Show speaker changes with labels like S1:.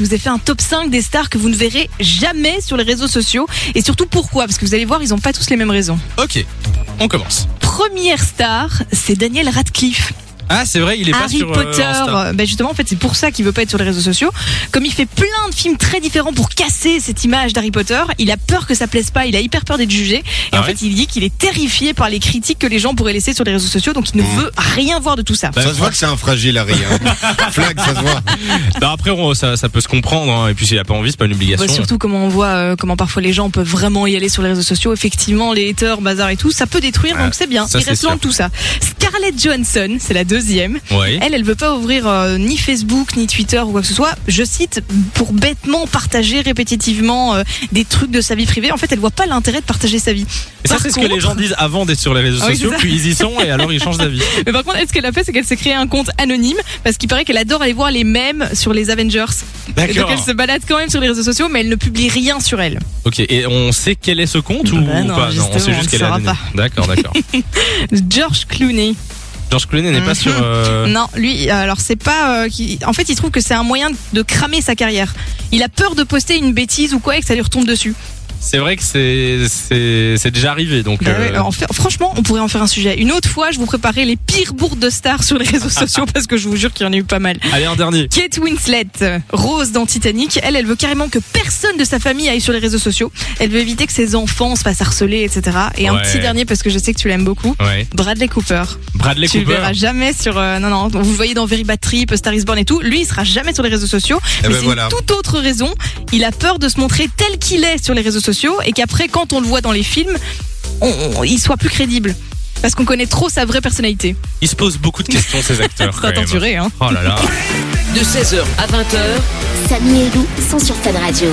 S1: vous ai fait un top 5 des stars que vous ne verrez jamais sur les réseaux sociaux. Et surtout pourquoi Parce que vous allez voir, ils n'ont pas tous les mêmes raisons.
S2: Ok, on commence.
S1: Première star, c'est Daniel Radcliffe.
S2: Ah, c'est vrai, il est pas
S1: Harry
S2: sur euh,
S1: Potter,
S2: Insta.
S1: euh, ben justement en fait c'est pour ça qu'il veut pas être sur les réseaux sociaux. Comme il fait plein de films très différents pour casser cette image d'Harry Potter, il a peur que ça plaise pas, il a hyper peur d'être jugé. Et
S2: Ah
S1: en
S2: ouais
S1: fait il dit qu'il est terrifié par les critiques que les gens pourraient laisser sur les réseaux sociaux, donc il ne
S3: Mmh.
S1: veut rien voir de tout ça.
S2: Bah,
S3: ça se voit que c'est un fragile Harry. Hein. Flag, ça se voit.
S2: Bah, après, on- ça, ça peut se comprendre. hein. Et puis, s'il a pas envie, c'est pas une obligation.
S1: Ouais, surtout comment on voit euh, comment parfois les gens peuvent vraiment y aller sur les réseaux sociaux. Effectivement, les haters, bazar et tout, ça peut détruire,
S2: Ouais,
S1: donc c'est bien.
S2: ça,
S1: il
S2: c'est
S1: reste loin
S2: sûr.
S1: de tout ça. Scarlett Johansson, c'est la deuxième.
S2: Ouais.
S1: Elle, elle veut pas ouvrir euh, ni Facebook, ni Twitter ou quoi que ce soit. Je cite pour bêtement partager répétitivement euh, des trucs de sa vie privée. En fait, elle voit pas l'intérêt de partager sa vie.
S2: Et ça,
S1: Par
S2: c'est ce que les
S1: contre-
S2: gens disent avant d'être sur les réseaux
S1: Ah oui,
S2: sociaux,
S1: c'est ça.
S2: puis ils y sont et alors ils changent d'avis.
S1: Mais par contre, elle, ce qu'elle a fait, c'est qu'elle s'est créé un compte anonyme parce qu'il paraît qu'elle adore aller voir les mèmes sur les Avengers. Et donc,
S2: D'accord.
S1: elle se balade quand même sur les réseaux sociaux, mais elle ne publie rien sur elle.
S2: Ok, et on sait quel est ce compte ou
S1: Bah non,
S2: pas on sait
S1: justement, on
S2: juste qu'elle est
S1: saura
S2: anonyme. D'accord, d'accord.
S1: George Clooney.
S2: George Clooney n'est pas
S1: Mhm.
S2: sur. euh,
S1: Non, lui, euh, alors c'est pas. euh, qu'il- En fait, il trouve que c'est un moyen de cramer sa carrière. Il a peur de poster une bêtise ou quoi et que ça lui retombe dessus.
S2: C'est vrai que c'est c'est c'est déjà arrivé donc.
S1: Bah
S2: euh,
S1: ouais, en fait- franchement, on pourrait en faire un sujet. Une autre fois, je vous préparais les pires bourdes de stars sur les réseaux sociaux parce que je vous jure qu'il y en a eu pas mal.
S2: Allez un dernier.
S1: Kate Winslet, euh, Rose dans Titanic, elle, elle veut carrément que personne de sa famille aille sur les réseaux sociaux. Elle veut éviter que ses enfants se fassent harceler, etc. Et un
S2: Ouais.
S1: petit dernier parce que je sais que tu l'aimes beaucoup.
S2: Ouais.
S1: Bradley Cooper.
S2: Bradley
S1: tu le
S2: Cooper.
S1: verras jamais sur. euh, non, non, vous le voyez dans Very Bad Trip, Star is Born et tout. Lui, il sera jamais sur les réseaux sociaux. mais
S3: Eh ben
S1: c'est
S3: voilà.
S1: une toute autre raison. Il a peur de se montrer tel qu'il est sur les réseaux sociaux et qu'après, quand on le voit dans les films, on- on- il soit plus crédible. Parce qu'on connaît trop sa vraie personnalité.
S2: Il se pose beaucoup de questions ces acteurs.
S1: Pas
S2: quand même.
S1: tenturé, hein.
S2: Oh là là.
S4: De 16h à 20h,
S5: Samy et Lou sont sur Fan Radio.